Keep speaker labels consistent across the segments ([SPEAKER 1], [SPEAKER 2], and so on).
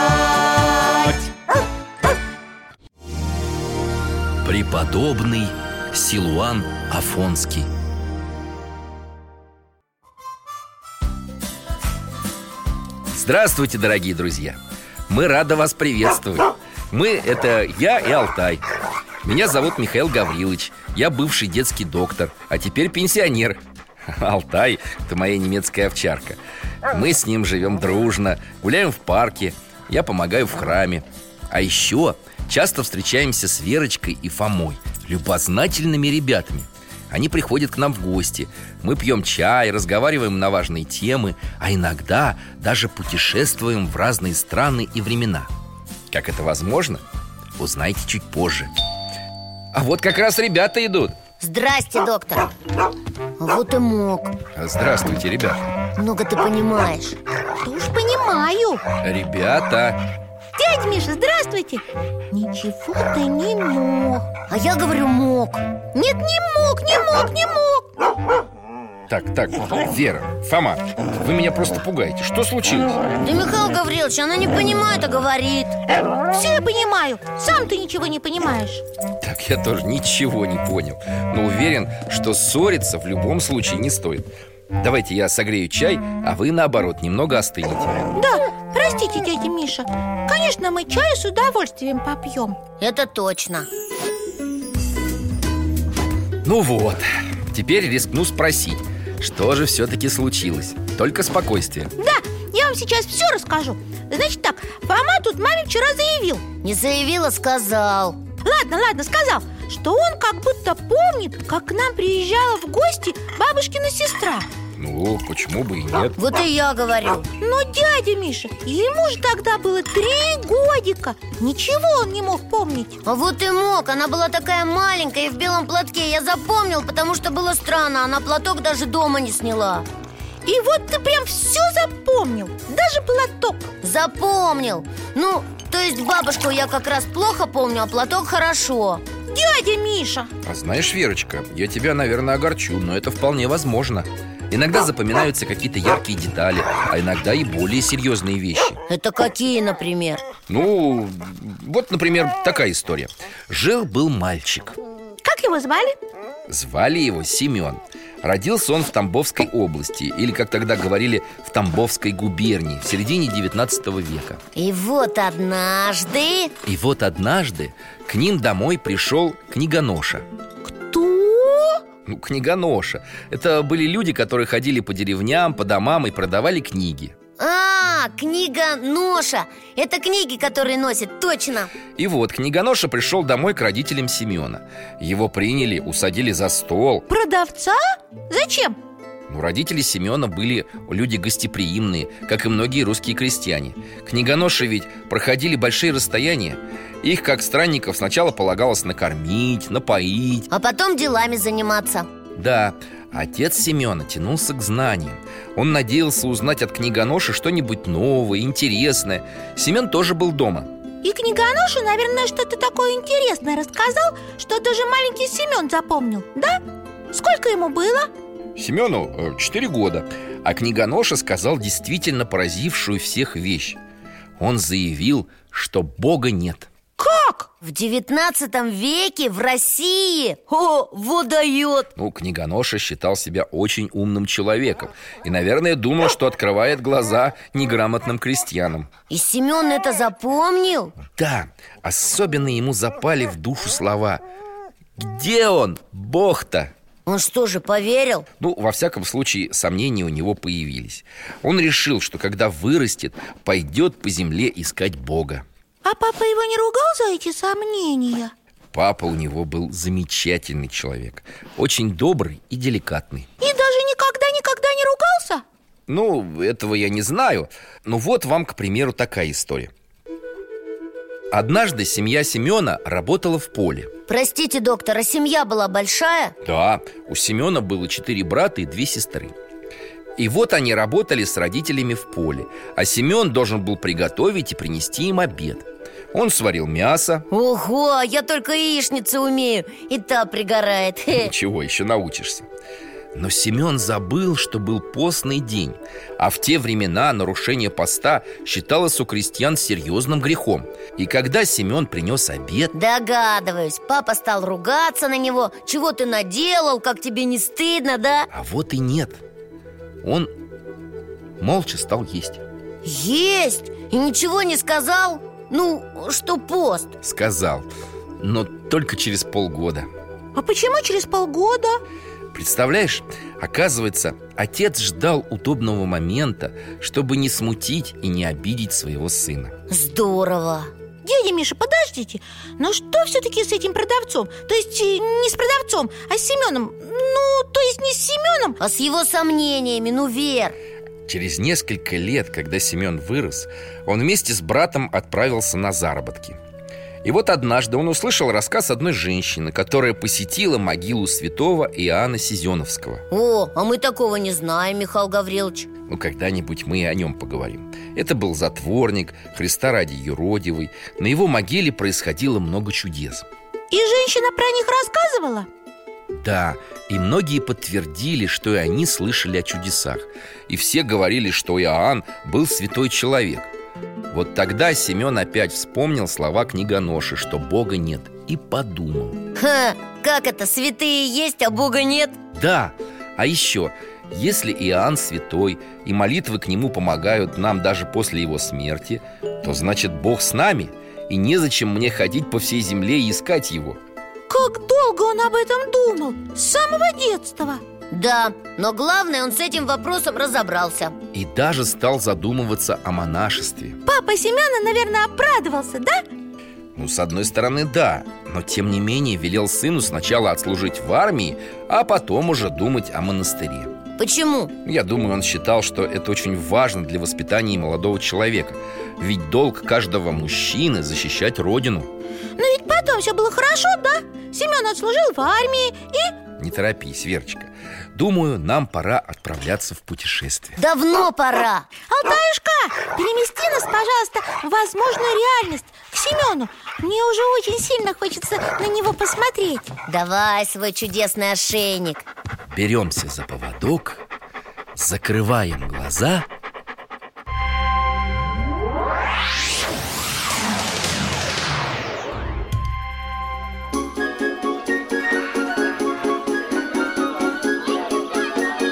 [SPEAKER 1] Преподобный Силуан Афонский Здравствуйте, дорогие друзья! Мы рады вас приветствовать Мы – это я и Алтай Меня зовут Михаил Гаврилович Я бывший детский доктор, а теперь пенсионер Алтай – это моя немецкая овчарка Мы с ним живем дружно, гуляем в парке Я помогаю в храме А еще часто встречаемся с Верочкой и Фомой Любознательными ребятами они приходят к нам в гости Мы пьем чай, разговариваем на важные темы А иногда даже путешествуем в разные страны и времена Как это возможно? Узнаете чуть позже А вот как раз ребята идут
[SPEAKER 2] Здрасте, доктор Вот и мог
[SPEAKER 1] Здравствуйте, ребята
[SPEAKER 2] Много ты понимаешь
[SPEAKER 3] Да уж понимаю
[SPEAKER 1] Ребята
[SPEAKER 3] Дядь Миша, здравствуйте Ничего ты не мог
[SPEAKER 2] А я говорю мог
[SPEAKER 3] Нет, не мог, не мог, не мог
[SPEAKER 1] Так, так, Вера, Фома, вы меня просто пугаете Что случилось?
[SPEAKER 2] Да Михаил Гаврилович, она не понимает, а говорит
[SPEAKER 3] Все я понимаю, сам ты ничего не понимаешь
[SPEAKER 1] Так я тоже ничего не понял Но уверен, что ссориться в любом случае не стоит Давайте я согрею чай, а вы наоборот немного остынете
[SPEAKER 3] Да, простите, дядя Миша Конечно, мы чаю с удовольствием попьем
[SPEAKER 2] Это точно
[SPEAKER 1] Ну вот, теперь рискну спросить Что же все-таки случилось? Только спокойствие
[SPEAKER 3] Да, я вам сейчас все расскажу Значит так, Фома тут маме вчера заявил
[SPEAKER 2] Не заявила, сказал
[SPEAKER 3] Ладно, ладно, сказал, что он как будто помнит, как к нам приезжала в гости бабушкина сестра
[SPEAKER 1] Ну, почему бы и нет
[SPEAKER 2] Вот и я говорю
[SPEAKER 3] Но дядя Миша, ему же тогда было три годика Ничего он не мог помнить
[SPEAKER 2] А вот и мог, она была такая маленькая и в белом платке Я запомнил, потому что было странно Она платок даже дома не сняла
[SPEAKER 3] И вот ты прям все запомнил Даже платок
[SPEAKER 2] Запомнил Ну, то есть бабушку я как раз плохо помню, а платок хорошо
[SPEAKER 3] Дядя Миша
[SPEAKER 1] А знаешь, Верочка, я тебя, наверное, огорчу Но это вполне возможно Иногда запоминаются какие-то яркие детали А иногда и более серьезные вещи
[SPEAKER 2] Это какие, например?
[SPEAKER 1] Ну, вот, например, такая история Жил-был мальчик
[SPEAKER 3] Как его звали?
[SPEAKER 1] Звали его Семен Родился он в Тамбовской области Или, как тогда говорили, в Тамбовской губернии В середине 19 века
[SPEAKER 2] И вот однажды
[SPEAKER 1] И вот однажды к ним домой пришел книгоноша
[SPEAKER 3] Ту?
[SPEAKER 1] Ну, книгоноша Это были люди, которые ходили по деревням, по домам и продавали книги
[SPEAKER 2] А, книга Ноша Это книги, которые носит, точно
[SPEAKER 1] И вот книгоноша пришел домой к родителям Семена Его приняли, усадили за стол
[SPEAKER 3] Продавца? Зачем?
[SPEAKER 1] Ну, родители Семена были люди гостеприимные, как и многие русские крестьяне. Книгоноши ведь проходили большие расстояния. Их, как странников, сначала полагалось накормить, напоить.
[SPEAKER 2] А потом делами заниматься
[SPEAKER 1] Да, отец Семена тянулся к знаниям. Он надеялся узнать от книгоноши что-нибудь новое, интересное. Семен тоже был дома.
[SPEAKER 3] И книгоноша, наверное, что-то такое интересное рассказал Что даже маленький Семен запомнил, да? Сколько ему было?
[SPEAKER 1] Семену 4 э, года, а книгоноша сказал действительно поразившую всех вещь. Он заявил, что Бога нет.
[SPEAKER 3] Как?
[SPEAKER 2] В девятнадцатом веке в России О, вот дает
[SPEAKER 1] Ну, книгоноша считал себя очень умным человеком и, наверное, думал, что открывает глаза неграмотным крестьянам.
[SPEAKER 2] И Семен это запомнил?
[SPEAKER 1] Да, особенно ему запали в душу слова «Где он, Бог-то?»
[SPEAKER 2] Он что же, поверил?
[SPEAKER 1] Ну, во всяком случае, сомнения у него появились. Он решил, что когда вырастет, пойдет по земле искать Бога.
[SPEAKER 3] А папа его не ругал за эти сомнения?
[SPEAKER 1] Папа у него был замечательный человек, очень добрый и деликатный.
[SPEAKER 3] И даже никогда-никогда не ругался?
[SPEAKER 1] Ну, этого я не знаю. Но вот вам, к примеру, такая история. Однажды семья Семена работала в поле.
[SPEAKER 2] Простите, доктор, а семья была большая?
[SPEAKER 1] Да, у Семена было четыре брата и две сестры. И вот они работали с родителями в поле, а Семен должен был приготовить и принести им обед. Он сварил мясо,
[SPEAKER 2] Ого, я только яичницу умею И та пригорает Хе.
[SPEAKER 1] ничего, еще научишься. Но Семен забыл, что был постный день, а в те времена нарушение поста считалось у крестьян серьезным грехом. И когда Семен принес обед,
[SPEAKER 2] Догадываюсь, папа стал ругаться на него Чего ты наделал, как тебе не стыдно, да?
[SPEAKER 1] а вот и нет, он молча стал есть.
[SPEAKER 2] Есть! И ничего не сказал? Ну, что пост?
[SPEAKER 1] Сказал, но только через полгода.
[SPEAKER 3] А почему через полгода?
[SPEAKER 1] Представляешь, оказывается, отец ждал удобного момента, чтобы не смутить и не обидеть своего сына.
[SPEAKER 2] Здорово
[SPEAKER 3] Дядя Миша, подождите Но что все-таки с этим продавцом? То есть э, не с продавцом, а с Семеном Ну, то есть не с Семеном
[SPEAKER 2] А с его сомнениями, ну, Вер
[SPEAKER 1] Через несколько лет, когда Семен вырос, он вместе с братом отправился на заработки. И вот однажды он услышал рассказ одной женщины, которая посетила могилу святого Иоанна Сизеновского.
[SPEAKER 2] О, а мы такого не знаем, Михаил Гаврилович
[SPEAKER 1] Ну, когда-нибудь мы и о нем поговорим. Это был затворник, Христа ради Юродивый. На его могиле происходило много чудес.
[SPEAKER 3] И женщина про них рассказывала?
[SPEAKER 1] Да, и многие подтвердили, что и они слышали о чудесах И все говорили, что Иоанн был святой человек Вот тогда Семен опять вспомнил слова книгоноши, что Бога нет И подумал
[SPEAKER 2] Ха, как это, святые есть, а Бога нет?
[SPEAKER 1] Да, а еще, если Иоанн святой И молитвы к нему помогают нам даже после его смерти То значит Бог с нами И незачем мне ходить по всей земле и искать его
[SPEAKER 3] Как долго он об этом думал? С самого детства
[SPEAKER 2] Да, но главное, он с этим вопросом разобрался
[SPEAKER 1] И даже стал задумываться о монашестве
[SPEAKER 3] Папа Семена, наверное, обрадовался, да?
[SPEAKER 1] Ну, с одной стороны, да Но, тем не менее, велел сыну сначала отслужить в армии А потом уже думать о монастыре
[SPEAKER 2] Почему?
[SPEAKER 1] Я думаю, он считал, что это очень важно для воспитания молодого человека Ведь долг каждого мужчины защищать родину
[SPEAKER 3] Но ведь потом все было хорошо, да? Семен отслужил в армии и...
[SPEAKER 1] Не торопись, Верочка Думаю, нам пора отправляться в путешествие
[SPEAKER 2] Давно пора
[SPEAKER 3] Алтаюшка, перемести нас, пожалуйста, в возможную реальность К Семену Мне уже очень сильно хочется на него посмотреть
[SPEAKER 2] Давай свой чудесный ошейник
[SPEAKER 1] Беремся за поводок Закрываем глаза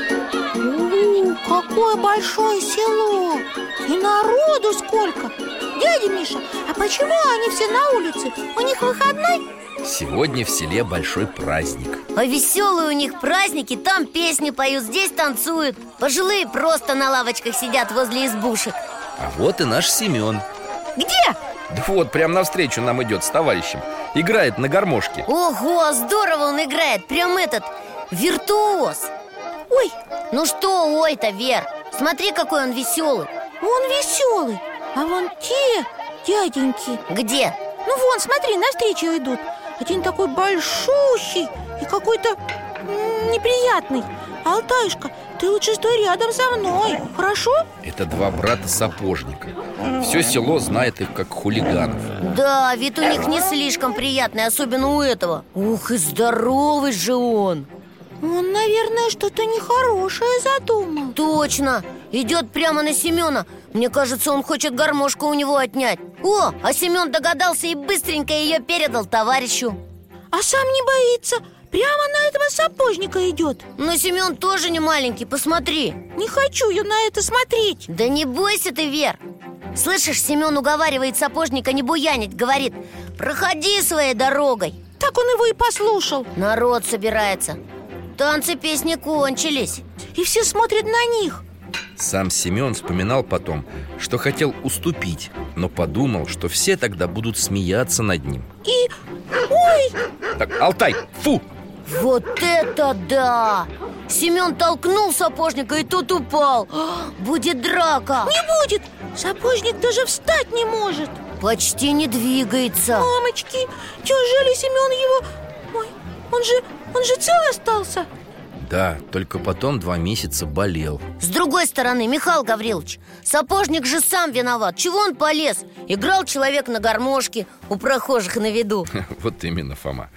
[SPEAKER 3] О, какое большое село! И народу сколько! Дядя Миша, а почему они все на улице? У них выходной?
[SPEAKER 1] Сегодня в селе большой праздник
[SPEAKER 2] А веселые у них праздники, там песни поют, здесь танцуют Пожилые просто на лавочках сидят возле избушек
[SPEAKER 1] А вот и наш Семен
[SPEAKER 3] Где?
[SPEAKER 1] Да вот, прям навстречу нам идет с товарищем Играет на гармошке
[SPEAKER 2] Ого, здорово он играет, прям этот, виртуоз
[SPEAKER 3] Ой,
[SPEAKER 2] Ну что, ой-то, Вер, смотри, какой он веселый
[SPEAKER 3] он веселый А вон те дяденьки
[SPEAKER 2] Где?
[SPEAKER 3] Ну вон, смотри, навстречу идут Один такой большущий и какой-то м, неприятный Алтаюшка, ты лучше стой рядом со мной, хорошо?
[SPEAKER 1] Это два брата сапожника Все село знает их как хулиганов
[SPEAKER 2] Да, вид у них не слишком приятный, особенно у этого Ух, и здоровый же он
[SPEAKER 3] Он, наверное, что-то нехорошее задумал
[SPEAKER 2] Точно, идет прямо на Семена Мне кажется, он хочет гармошку у него отнять О, а Семен догадался и быстренько ее передал товарищу
[SPEAKER 3] А сам не боится, прямо на этого сапожника идет
[SPEAKER 2] Но Семен тоже не маленький, посмотри
[SPEAKER 3] Не хочу я на это смотреть
[SPEAKER 2] Да не бойся ты, Вер Слышишь, Семен уговаривает сапожника не буянить Говорит, проходи своей дорогой
[SPEAKER 3] Так он его и послушал
[SPEAKER 2] Народ собирается Танцы песни кончились
[SPEAKER 3] И все смотрят на них
[SPEAKER 1] Сам Семен вспоминал потом, что хотел уступить Но подумал, что все тогда будут смеяться над ним
[SPEAKER 3] И... Ой!
[SPEAKER 1] Так, Алтай, фу!
[SPEAKER 2] Вот это да! Семен толкнул сапожника и тот упал А, Будет драка
[SPEAKER 3] Не будет! Сапожник даже встать не может
[SPEAKER 2] Почти не двигается
[SPEAKER 3] Мамочки, неужели Семен его... Ой, он же... он же цел остался
[SPEAKER 1] Да, только потом два месяца болел
[SPEAKER 2] С другой стороны, Михаил Гаврилович Сапожник же сам виноват Чего он полез? Играл человек на гармошке У прохожих на виду
[SPEAKER 1] Вот именно, Фома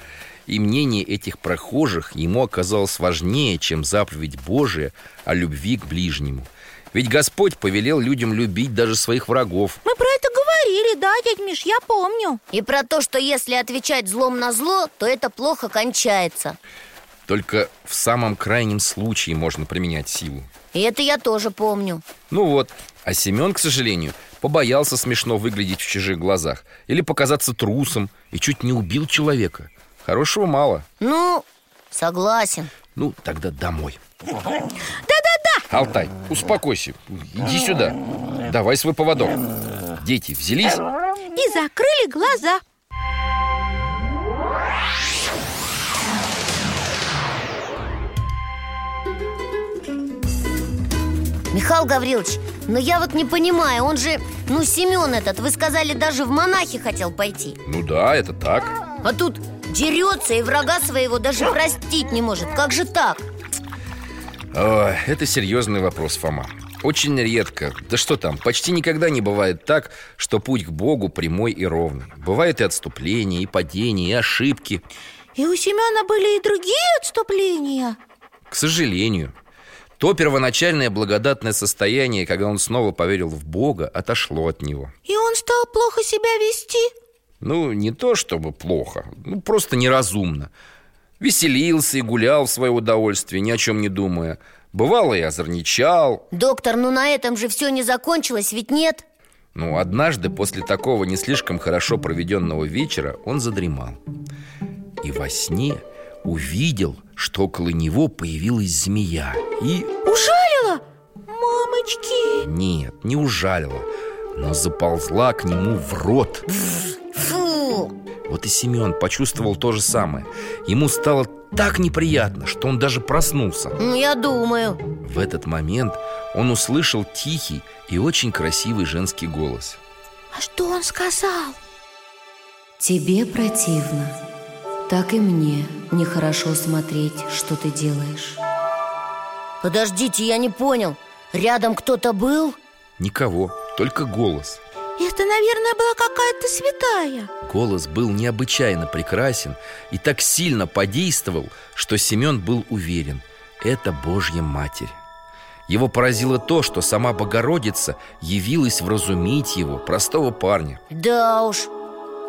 [SPEAKER 1] И мнение этих прохожих ему оказалось важнее, чем заповедь Божия о любви к ближнему Ведь Господь повелел людям любить даже своих врагов
[SPEAKER 3] Мы про это говорили, да, дядь Миш, я помню
[SPEAKER 2] И про то, что если отвечать злом на зло То это плохо кончается
[SPEAKER 1] Только в самом крайнем случае можно применять силу
[SPEAKER 2] И это я тоже помню
[SPEAKER 1] Ну вот, а Семен, к сожалению, побоялся смешно выглядеть в чужих глазах Или показаться трусом и чуть не убил человека Хорошего мало
[SPEAKER 2] Ну, согласен
[SPEAKER 1] Ну, тогда домой
[SPEAKER 3] Да-да-да,
[SPEAKER 1] Алтай, успокойся, иди сюда Давай свой поводок Дети взялись?
[SPEAKER 3] и закрыли глаза
[SPEAKER 2] Михаил Гаврилович, но я вот не понимаю, он же, ну, Семен этот, вы сказали, даже в монахи хотел пойти
[SPEAKER 1] Ну да, это так
[SPEAKER 2] А тут дерется и врага своего даже простить не может Как же так?
[SPEAKER 1] Ой, А, Это серьезный вопрос, Фома очень редко, да что там, почти никогда не бывает так, что путь к Богу прямой и ровный Бывает и отступления, и падения, и ошибки
[SPEAKER 3] И у Семена были и другие отступления
[SPEAKER 1] К сожалению, то первоначальное благодатное состояние, когда он снова поверил в Бога, отошло от него.
[SPEAKER 3] И он стал плохо себя вести
[SPEAKER 1] Ну, не то чтобы плохо, ну, просто неразумно. Веселился и гулял в свое удовольствие, ни о чем не думая. Бывало и озорничал.
[SPEAKER 2] Доктор, ну на этом же все не закончилось, ведь нет?
[SPEAKER 1] Ну, однажды после такого не слишком хорошо проведенного вечера он задремал. И во сне увидел, что около него появилась змея. И
[SPEAKER 3] Ужалила? Мамочки
[SPEAKER 1] нет, не ужалила, но заползла к нему в рот.
[SPEAKER 2] Фу!
[SPEAKER 1] Вот и Семен почувствовал то же самое Ему стало так неприятно, что он даже проснулся
[SPEAKER 2] Ну, я думаю
[SPEAKER 1] В этот момент он услышал тихий и очень красивый женский голос
[SPEAKER 3] А что он сказал?
[SPEAKER 4] Тебе противно. Так и мне нехорошо смотреть, что ты делаешь.
[SPEAKER 2] Подождите, я не понял Рядом кто-то был?
[SPEAKER 1] Никого, только голос
[SPEAKER 3] Это, наверное, была какая-то святая
[SPEAKER 1] Голос был необычайно прекрасен и так сильно подействовал, что Семен был уверен – это Божья Матерь. Его поразило то, что сама Богородица явилась вразумить его, простого парня.
[SPEAKER 2] Да уж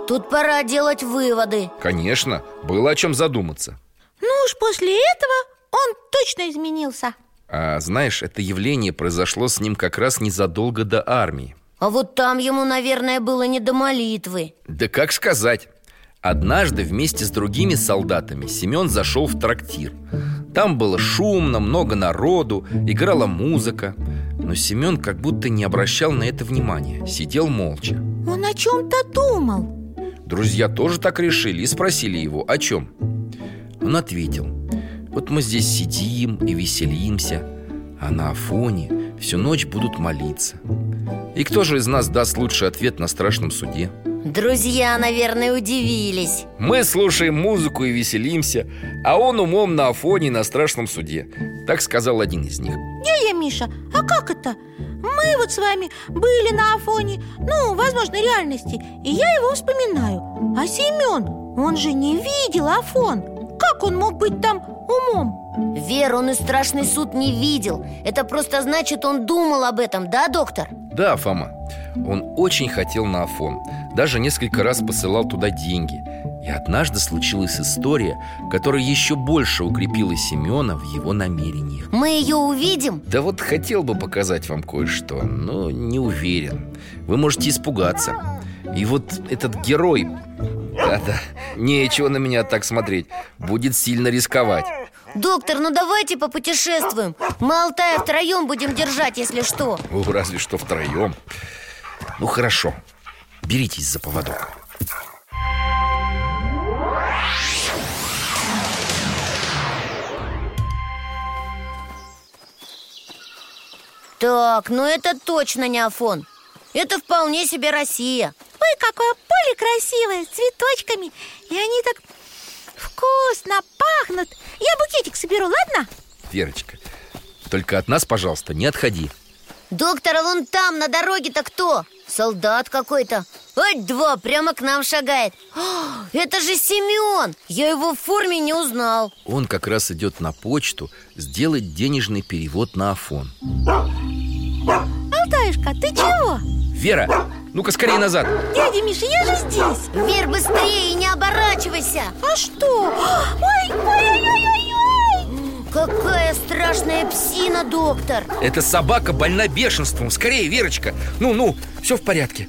[SPEAKER 2] Тут пора делать выводы
[SPEAKER 1] Конечно, было о чем задуматься.
[SPEAKER 3] Ну уж после этого он точно изменился
[SPEAKER 1] А знаешь, это явление произошло с ним как раз незадолго до армии.
[SPEAKER 2] А вот там ему, наверное, было не до молитвы
[SPEAKER 1] Да как сказать? Однажды вместе с другими солдатами Семен зашел в трактир. Там было шумно, много народу, играла музыка. Но Семен как будто не обращал на это внимания, сидел молча.
[SPEAKER 3] Он о чем-то думал
[SPEAKER 1] Друзья тоже так решили и спросили его, о чем? Он ответил, вот мы здесь сидим и веселимся, а на Афоне всю ночь будут молиться. И кто же из нас даст лучший ответ на страшном суде?
[SPEAKER 2] Друзья, наверное, удивились
[SPEAKER 1] Мы слушаем музыку и веселимся, а он умом на Афоне и на страшном суде. Так сказал один из них.
[SPEAKER 3] Дядя Миша, а как это? Мы вот с вами были на Афоне Ну, возможно, реальности И я его вспоминаю А Семен, он же не видел Афон Как он мог быть там умом?
[SPEAKER 2] Вер, он и страшный суд не видел Это просто значит, он думал об этом, да, доктор?
[SPEAKER 1] Да, Фома, он очень хотел на Афон Даже несколько раз посылал туда деньги И однажды случилась история, которая еще больше укрепила Семена в его намерениях
[SPEAKER 2] Мы ее увидим?
[SPEAKER 1] Да вот хотел бы показать вам кое-что, но не уверен Вы можете испугаться И вот этот герой... Да-да, нечего на меня так смотреть Будет сильно рисковать
[SPEAKER 2] Доктор, ну давайте попутешествуем Мы Алтая втроем будем держать, если что
[SPEAKER 1] Ну, разве что втроем Ну, хорошо Беритесь за поводок
[SPEAKER 2] Так, ну это точно не Афон Это вполне себе Россия
[SPEAKER 3] Ой, какое поле красивое, с цветочками И они так вкусно пахнут Я букетик соберу, ладно?
[SPEAKER 1] Верочка, только от нас, пожалуйста, не отходи
[SPEAKER 2] Доктор, а вон там, на дороге-то кто? Солдат какой-то Ать два, прямо к нам шагает А, Это же Семен! Я его в форме не узнал
[SPEAKER 1] Он как раз идет на почту сделать денежный перевод на Афон
[SPEAKER 3] Алтаюшка, ты чего?
[SPEAKER 1] Вера, ну-ка скорее назад
[SPEAKER 3] Дядя Миша, я же здесь
[SPEAKER 2] Вер, быстрее и не оборачивайся
[SPEAKER 3] А что? Ой, ой, ой, ой, ой, ой.
[SPEAKER 2] Какая страшная псина, доктор
[SPEAKER 1] Эта собака больна бешенством Скорее, Верочка Ну, ну, все в порядке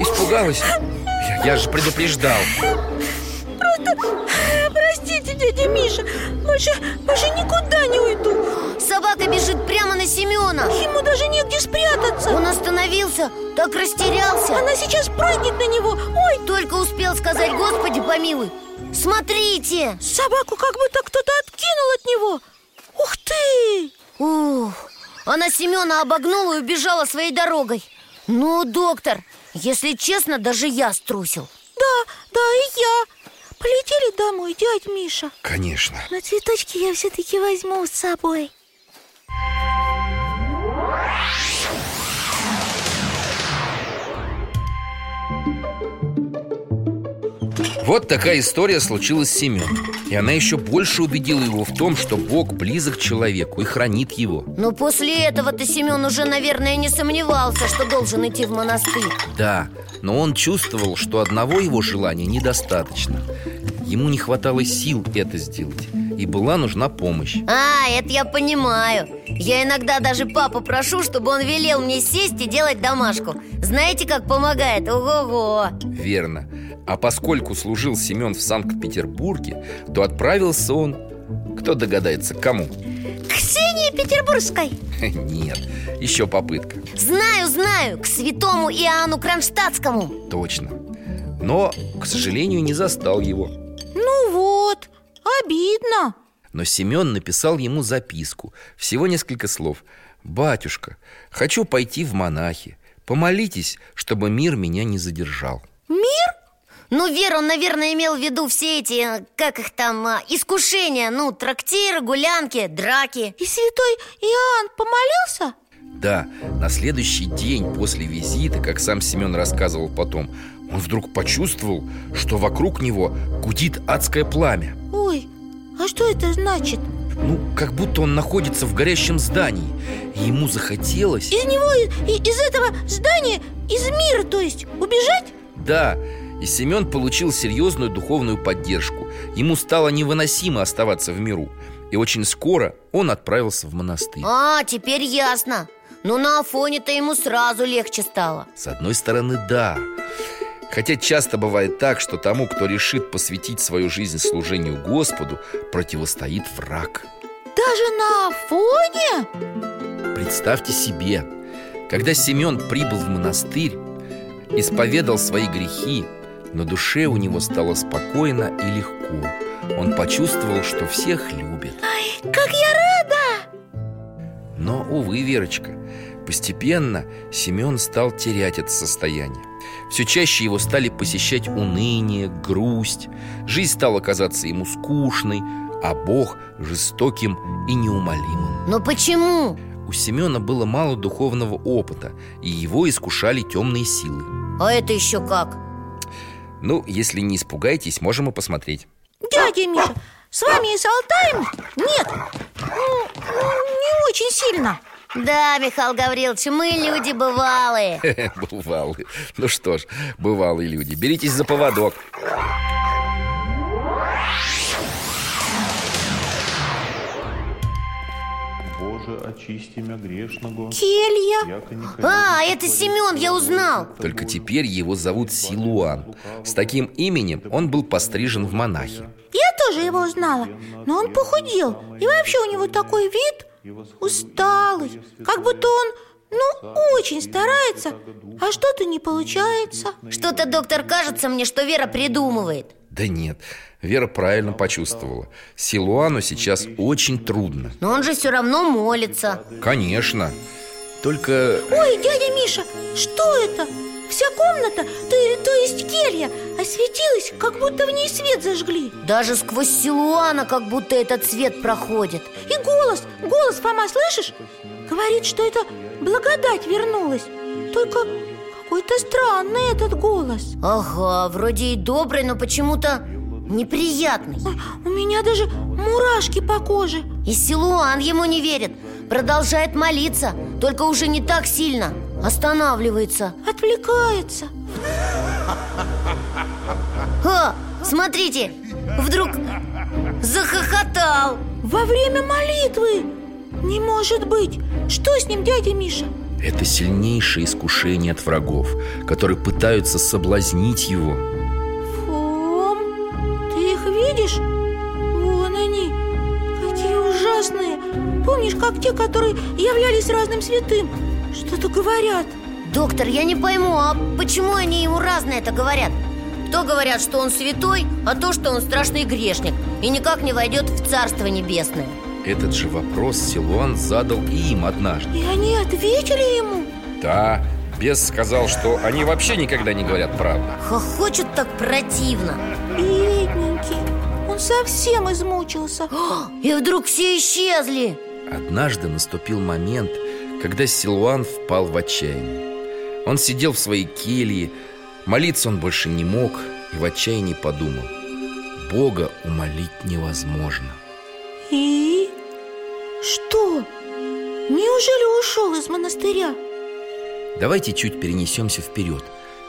[SPEAKER 1] Испугалась? Я, я же предупреждал
[SPEAKER 3] Простите, дядя Миша Больше, больше никуда не уйду
[SPEAKER 2] Собака бежит прямо на Семена
[SPEAKER 3] Ему даже негде спрятаться
[SPEAKER 2] Он остановился, так растерялся
[SPEAKER 3] Она сейчас прыгнет на него Ой,
[SPEAKER 2] Только успел сказать, господи помилуй Смотрите!
[SPEAKER 3] собаку как будто кто-то откинул от него Ух ты!
[SPEAKER 2] Ух, она Семена обогнула и убежала своей дорогой Ну, доктор, если честно, даже я струсил
[SPEAKER 3] Да, да, и я Полетели домой, дядя Миша
[SPEAKER 1] Конечно
[SPEAKER 3] Но цветочки я все-таки возьму с собой
[SPEAKER 1] Вот такая история случилась с Семеном И она еще больше убедила его в том, что Бог близок к человеку и хранит его
[SPEAKER 2] Но после этого-то Семен уже, наверное, не сомневался, что должен идти в монастырь
[SPEAKER 1] Да, но он чувствовал, что одного его желания недостаточно Ему не хватало сил это сделать И была нужна помощь
[SPEAKER 2] А, это я понимаю Я иногда даже папу прошу, чтобы он велел мне сесть и делать домашку Знаете, как помогает? Ого-го
[SPEAKER 1] Верно. А поскольку служил Семен в Санкт-Петербурге, то отправился он... Кто догадается, к кому?
[SPEAKER 3] Ксении Петербургской
[SPEAKER 1] Нет, еще попытка.
[SPEAKER 2] Знаю, знаю, к святому Иоанну Кронштадтскому
[SPEAKER 1] Точно. Но, к сожалению, не застал его.
[SPEAKER 3] Ну вот, обидно
[SPEAKER 1] Но Семен написал ему записку. Всего несколько слов. «Батюшка, хочу пойти в монахи. Помолитесь, чтобы мир меня не задержал».
[SPEAKER 2] Ну, Вера, он, наверное, имел в виду все эти, э, как их там, а, искушения Ну, трактиры, гулянки, драки
[SPEAKER 3] И святой Иоанн помолился?
[SPEAKER 1] Да, на следующий день после визита, как сам Семен рассказывал потом, он вдруг почувствовал, что вокруг него гудит адское пламя.
[SPEAKER 3] Ой, а что это значит?
[SPEAKER 1] Ну, как будто он находится в горящем здании И ему захотелось...
[SPEAKER 3] Из него, и- из этого здания, из мира, то есть, убежать?
[SPEAKER 1] Да, и Семен получил серьезную духовную поддержку Ему стало невыносимо оставаться в миру И очень скоро он отправился в монастырь
[SPEAKER 2] А, теперь ясно Ну, на Афоне-то ему сразу легче стало
[SPEAKER 1] С одной стороны, да Хотя часто бывает так, что тому, кто решит посвятить свою жизнь служению Господу, противостоит враг
[SPEAKER 3] Даже на Афоне?
[SPEAKER 1] Представьте себе, когда Семен прибыл в монастырь, исповедал свои грехи, на душе у него стало спокойно и легко. Он почувствовал, что всех любит.
[SPEAKER 3] Как я рада!
[SPEAKER 1] Но, увы, Верочка, постепенно Семен стал терять это состояние. Все чаще его стали посещать уныние, грусть. Жизнь стала казаться ему скучной, а Бог жестоким и неумолимым.
[SPEAKER 2] Но почему?
[SPEAKER 1] У Семена было мало духовного опыта, и его искушали темные силы.
[SPEAKER 2] А это еще как?
[SPEAKER 1] Ну, если не испугаетесь, можем и посмотреть.
[SPEAKER 3] Дядя Миша, с вами и с Алтаем? Нет, ну, ну, не очень сильно
[SPEAKER 2] Да, Михаил Гаврилович, мы люди бывалые
[SPEAKER 1] Бывалые. Ну что ж, бывалые люди. Беритесь за поводок.
[SPEAKER 5] Боже, очисти меня грешного.
[SPEAKER 3] Келья
[SPEAKER 5] яко не
[SPEAKER 2] А,
[SPEAKER 5] хочу
[SPEAKER 2] это
[SPEAKER 5] творить
[SPEAKER 2] Семен, я узнал
[SPEAKER 1] Только теперь его зовут Силуан. С таким именем он был пострижен в монахи.
[SPEAKER 3] Я тоже его узнала Но он похудел И вообще у него такой вид Усталый Как будто он, ну, очень старается А что-то не получается
[SPEAKER 2] Что-то, доктор, кажется мне, что Вера придумывает
[SPEAKER 1] Да нет, Вера правильно почувствовала. Силуану сейчас очень трудно.
[SPEAKER 2] Но он же все равно молится
[SPEAKER 1] Конечно. Только
[SPEAKER 3] Ой, дядя Миша, что это? Вся комната, то, то есть келья, осветилась, как будто в ней свет зажгли
[SPEAKER 2] Даже сквозь Силуана как будто этот свет проходит
[SPEAKER 3] И голос, голос, Фома, слышишь? Говорит, что это благодать вернулась Только какой-то странный этот голос
[SPEAKER 2] Ага, вроде и добрый, но почему-то неприятный
[SPEAKER 3] Ой, у меня даже мурашки по коже
[SPEAKER 2] И Силуан ему не верит Продолжает молиться, только уже не так сильно Останавливается
[SPEAKER 3] Отвлекается
[SPEAKER 2] Ха, смотрите, вдруг захохотал
[SPEAKER 3] Во время молитвы Не может быть Что с ним, дядя Миша?
[SPEAKER 1] это сильнейшее искушение от врагов, которые пытаются соблазнить его.
[SPEAKER 3] Фом, ты их видишь? Вон они, какие ужасные Помнишь, как те, которые являлись разным святым? Что-то говорят
[SPEAKER 2] Доктор, я не пойму, а почему они ему разное это говорят? То говорят, что он святой, а то, что он страшный грешник И никак не войдет в Царство Небесное
[SPEAKER 1] Этот же вопрос Силуан задал и им однажды.
[SPEAKER 3] И они ответили ему
[SPEAKER 1] Да, бес сказал, что они вообще никогда не говорят правду.
[SPEAKER 2] Хохочут так противно
[SPEAKER 3] Бедненький, он совсем измучился
[SPEAKER 2] О, «А, И вдруг все исчезли
[SPEAKER 1] Однажды наступил момент, когда Силуан впал в отчаяние. Он сидел в своей келье, молиться он больше не мог и в отчаянии подумал. Бога умолить невозможно.
[SPEAKER 3] И? Что? Неужели ушел из монастыря?
[SPEAKER 1] Давайте чуть перенесемся вперед,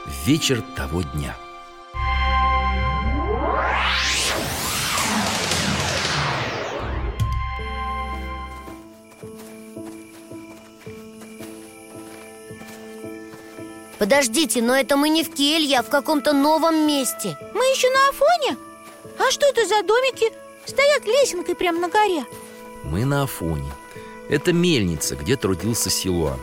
[SPEAKER 1] в вечер того дня.
[SPEAKER 2] Подождите, но это мы не в келье, а в каком-то новом месте
[SPEAKER 3] Мы еще на Афоне? А что это за домики? Стоят лесенкой прямо на горе
[SPEAKER 1] Мы на Афоне. Это мельница, где трудился Силуан.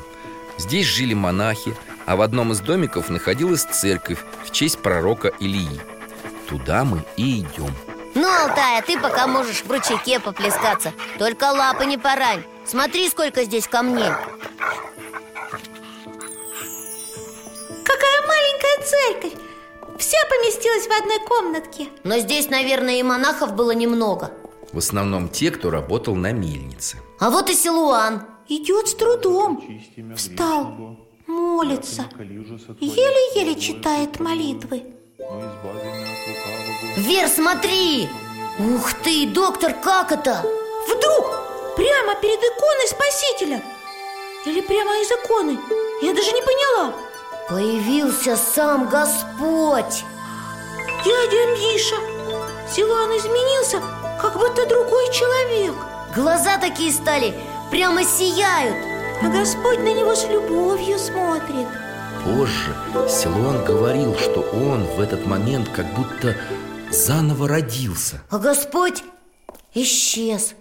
[SPEAKER 1] Здесь жили монахи, а в одном из домиков находилась церковь в честь пророка Илии. Туда мы и идем.
[SPEAKER 2] Ну, Алтай, а ты пока можешь в ручейке поплескаться Только лапы не порань Смотри, сколько здесь камней
[SPEAKER 3] Какая маленькая церковь Вся поместилась в одной комнатке
[SPEAKER 2] Но здесь, наверное, и монахов было немного
[SPEAKER 1] В основном те, кто работал на мельнице.
[SPEAKER 2] А вот и Силуан
[SPEAKER 3] Идет с трудом Встал, молится Еле-еле читает молитвы
[SPEAKER 2] Вер, смотри! Ух ты, доктор, как это?
[SPEAKER 3] Вдруг прямо перед иконой Спасителя Или прямо из иконы Я даже не поняла
[SPEAKER 2] Появился сам Господь
[SPEAKER 3] Дядя Миша, Силуан изменился, как будто другой человек
[SPEAKER 2] Глаза такие стали, прямо сияют
[SPEAKER 3] А Господь на него с любовью смотрит
[SPEAKER 1] Позже Силуан говорил, что он в этот момент как будто заново родился.
[SPEAKER 2] А Господь исчез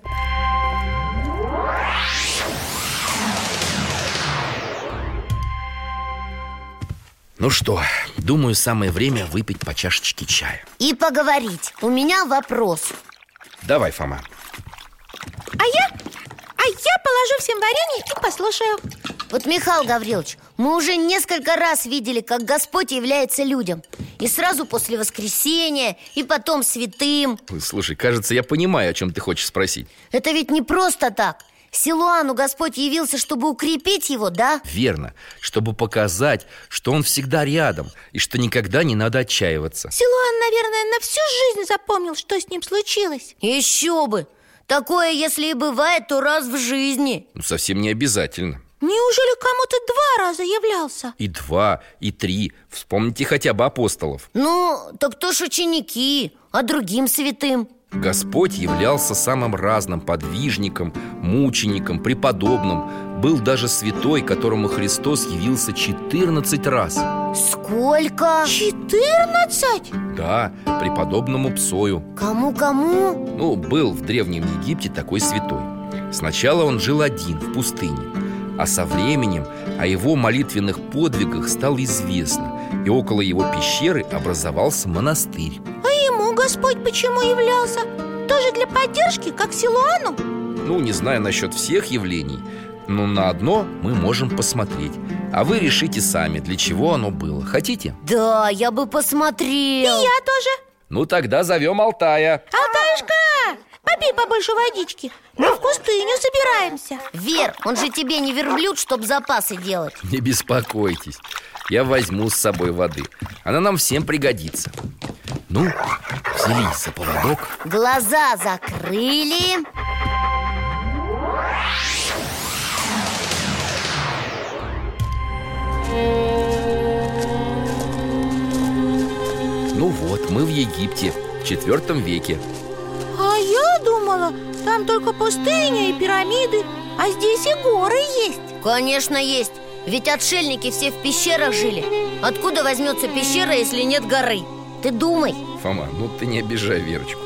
[SPEAKER 1] Ну что, думаю, самое время выпить по чашечке чая.
[SPEAKER 2] И поговорить, у меня вопрос
[SPEAKER 1] Давай, Фома.
[SPEAKER 3] А я, а я положу всем варенье и послушаю
[SPEAKER 2] Вот, Михаил Гаврилович, мы уже несколько раз видели, как Господь является людям И сразу после воскресения, и потом святым
[SPEAKER 1] Ой, Слушай, кажется, я понимаю, о чем ты хочешь спросить.
[SPEAKER 2] Это ведь не просто так Силуану Господь явился, чтобы укрепить его, да?
[SPEAKER 1] Верно, чтобы показать, что он всегда рядом и что никогда не надо отчаиваться.
[SPEAKER 3] Силуан, наверное, на всю жизнь запомнил, что с ним случилось
[SPEAKER 2] Еще бы! Такое, если и бывает, то раз в жизни
[SPEAKER 1] Ну, совсем не обязательно.
[SPEAKER 3] Неужели кому-то два раза являлся?
[SPEAKER 1] И два, и три. Вспомните хотя бы апостолов.
[SPEAKER 2] Ну, так кто ж ученики, а другим святым?
[SPEAKER 1] Господь являлся самым разным подвижником, мучеником, преподобным Был даже святой, которому Христос явился 14 раз
[SPEAKER 2] Сколько?
[SPEAKER 3] 14?
[SPEAKER 1] Да, преподобному Псою
[SPEAKER 2] Кому-кому?
[SPEAKER 1] Ну, был в Древнем Египте такой святой Сначала он жил один в пустыне А со временем о его молитвенных подвигах стало известно И около его пещеры образовался монастырь
[SPEAKER 3] А ему Господь почему являлся? Тоже для поддержки, как Силуану?
[SPEAKER 1] Ну, не знаю насчет всех явлений Но на одно мы можем посмотреть А вы решите сами, для чего оно было Хотите?
[SPEAKER 2] Да, я бы
[SPEAKER 3] И
[SPEAKER 2] посмотрел
[SPEAKER 3] я тоже
[SPEAKER 1] Ну, тогда зовем Алтая
[SPEAKER 3] Алтаюшка, попей побольше водички Мы в пустыню собираемся
[SPEAKER 2] Вер, он же тебе не верблюд, чтоб запасы делать
[SPEAKER 1] Не беспокойтесь, я возьму с собой воды Она нам всем пригодится Ну, взялись за поводок
[SPEAKER 2] Глаза закрыли
[SPEAKER 1] Ну вот, мы в Египте, в четвертом веке
[SPEAKER 3] А я думала, там только пустыня и пирамиды А здесь и горы есть
[SPEAKER 2] Конечно, есть Ведь отшельники все в пещерах жили Откуда возьмется пещера, если нет горы? Ты думай
[SPEAKER 1] Фома, ну ты не обижай Верочку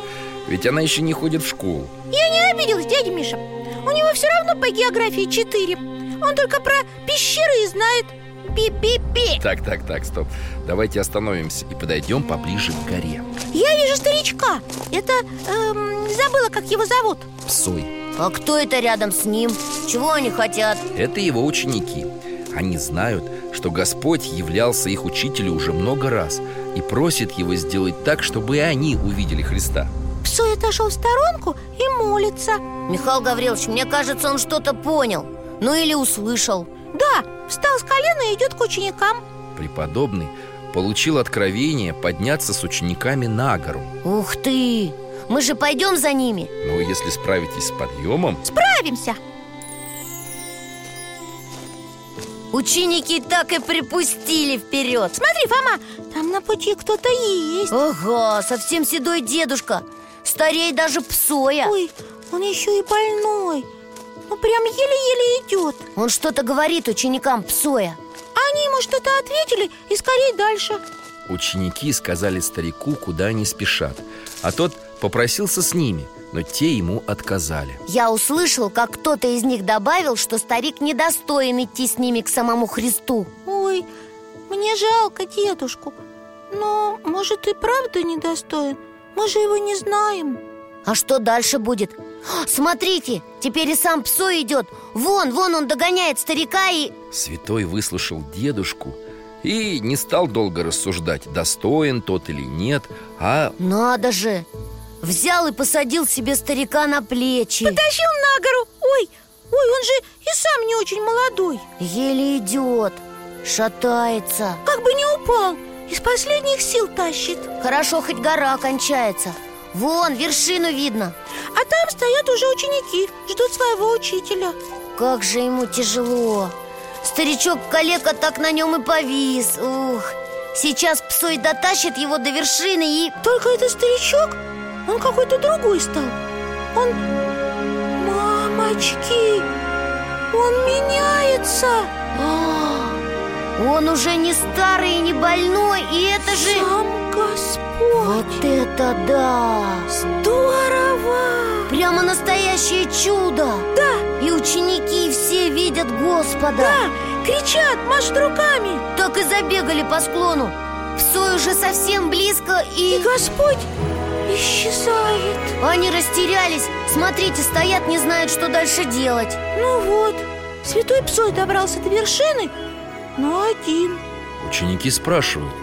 [SPEAKER 1] Ведь она еще не ходит в школу
[SPEAKER 3] Я не обиделась, дядя Миша У него все равно по географии 4 Он только про пещеры и знает Пи-пи-пи
[SPEAKER 1] Так, так, так, стоп Давайте остановимся и подойдем поближе к горе
[SPEAKER 3] Я вижу старичка Это, эм, забыла, как его зовут
[SPEAKER 1] Псой
[SPEAKER 2] А кто это рядом с ним? Чего они хотят?
[SPEAKER 1] Это его ученики. Они знают, что Господь являлся их учителю уже много раз и просит его сделать так, чтобы и они увидели Христа.
[SPEAKER 3] Псой отошел в сторонку и молится
[SPEAKER 2] Михаил Гаврилович, мне кажется, он что-то понял Ну или услышал
[SPEAKER 3] Да, встал с колена и идет к ученикам
[SPEAKER 1] Преподобный получил откровение подняться с учениками на гору.
[SPEAKER 2] Ух ты! Мы же пойдем за ними
[SPEAKER 1] Но если справитесь с подъемом,
[SPEAKER 3] Справимся
[SPEAKER 2] Ученики так и припустили вперед
[SPEAKER 3] Смотри, Фома, там на пути кто-то есть
[SPEAKER 2] Ага, совсем седой дедушка Старей даже псоя
[SPEAKER 3] Ой, он еще и больной Ну прям еле-еле идет
[SPEAKER 2] Он что-то говорит ученикам псоя
[SPEAKER 3] Они ему что-то ответили и скорее дальше
[SPEAKER 1] ученики сказали старику, куда они спешат. А тот попросился с ними, но те ему отказали.
[SPEAKER 2] Я услышал, как кто-то из них добавил, что старик недостоин идти с ними к самому Христу
[SPEAKER 3] Ой, мне жалко дедушку Но, может, и правда недостоин Мы же его не знаем
[SPEAKER 2] А что дальше будет? А, Смотрите, теперь и сам псой идет Вон, вон он догоняет старика и...
[SPEAKER 1] Святой выслушал дедушку и не стал долго рассуждать, достоин тот или нет, а
[SPEAKER 2] Надо же! Взял и посадил себе старика на плечи
[SPEAKER 3] Тащил на гору Ой, ой, он же и сам не очень молодой
[SPEAKER 2] Еле идет, шатается
[SPEAKER 3] Как бы не упал Из последних сил тащит
[SPEAKER 2] Хорошо, хоть гора кончается Вон, вершину видно
[SPEAKER 3] А там стоят уже ученики Ждут своего учителя
[SPEAKER 2] Как же ему тяжело Старичок-калека так на нем и повис Ух, сейчас псой дотащит его до вершины и...
[SPEAKER 3] Только этот старичок, он какой-то другой стал Он... Мамочки! Он меняется!
[SPEAKER 2] А, он уже не старый и не больной И это же...
[SPEAKER 3] Сам Господь!
[SPEAKER 2] Вот это да!
[SPEAKER 3] Здорово!
[SPEAKER 2] Прямо настоящее чудо!
[SPEAKER 3] Да,
[SPEAKER 2] И ученики все видят Господа
[SPEAKER 3] да, кричат, машут руками
[SPEAKER 2] Так и забегали по склону Псой уже совсем близко
[SPEAKER 3] И
[SPEAKER 2] и...
[SPEAKER 3] Господь исчезает
[SPEAKER 2] Они растерялись Смотрите, стоят, не знают, что дальше делать
[SPEAKER 3] Ну вот, святой псой добрался до вершины Но один
[SPEAKER 1] Ученики спрашивают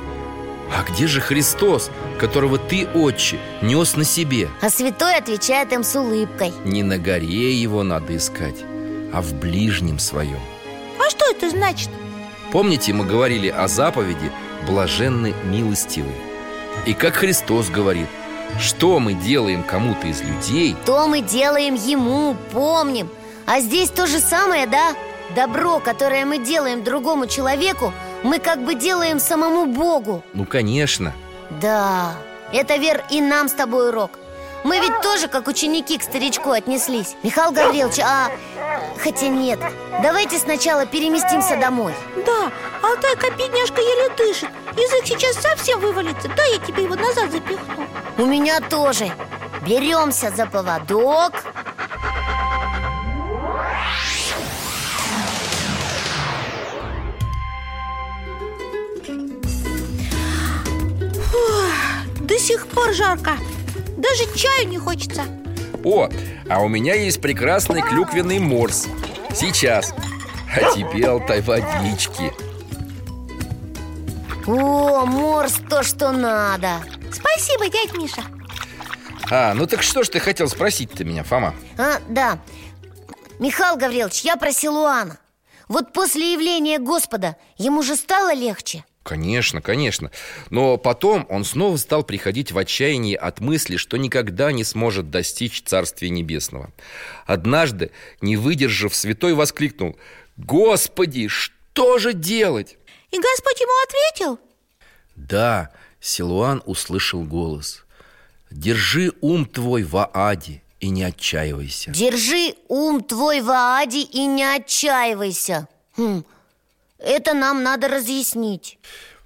[SPEAKER 1] А где же Христос, которого ты, отче, нес на себе?
[SPEAKER 2] А святой отвечает им с улыбкой
[SPEAKER 1] Не на горе его надо искать, а в ближнем своем
[SPEAKER 3] А что это значит?
[SPEAKER 1] Помните, мы говорили о заповеди «блаженны милостивые» И как Христос говорит Что мы делаем кому-то из людей,
[SPEAKER 2] То мы делаем ему, помним А здесь то же самое, да? Добро, которое мы делаем другому человеку Мы как бы делаем самому Богу
[SPEAKER 1] ну, конечно
[SPEAKER 2] Да, это, Вер, и нам с тобой урок Мы ведь тоже, как ученики, к старичку отнеслись Михаил Гаврилович, а... Хотя нет, давайте сначала переместимся домой
[SPEAKER 3] Да, Алтайка бедняжка еле дышит Язык сейчас совсем вывалится Да, я тебе его назад запихну
[SPEAKER 2] У меня тоже Беремся за поводок
[SPEAKER 3] До сих пор жарко Даже чаю не хочется
[SPEAKER 1] О, а у меня есть прекрасный клюквенный морс Сейчас А тебе, Алтай, водички
[SPEAKER 2] О, морс, то, что надо
[SPEAKER 3] Спасибо, дядь Миша
[SPEAKER 1] А, ну так что ж ты хотел спросить-то меня, Фома?
[SPEAKER 2] А, да Михаил Гаврилович, я про Силуана Вот после явления Господа ему же стало легче?
[SPEAKER 1] Конечно, конечно Но потом он снова стал приходить в отчаяние от мысли, что никогда не сможет достичь Царствия Небесного Однажды, не выдержав, святой воскликнул «Господи, что же делать?»
[SPEAKER 3] И Господь ему ответил
[SPEAKER 1] Да, Силуан услышал голос. Держи ум твой в Ааде и не отчаивайся.
[SPEAKER 2] Держи ум твой в Ааде и не отчаивайся Хм, Это нам надо разъяснить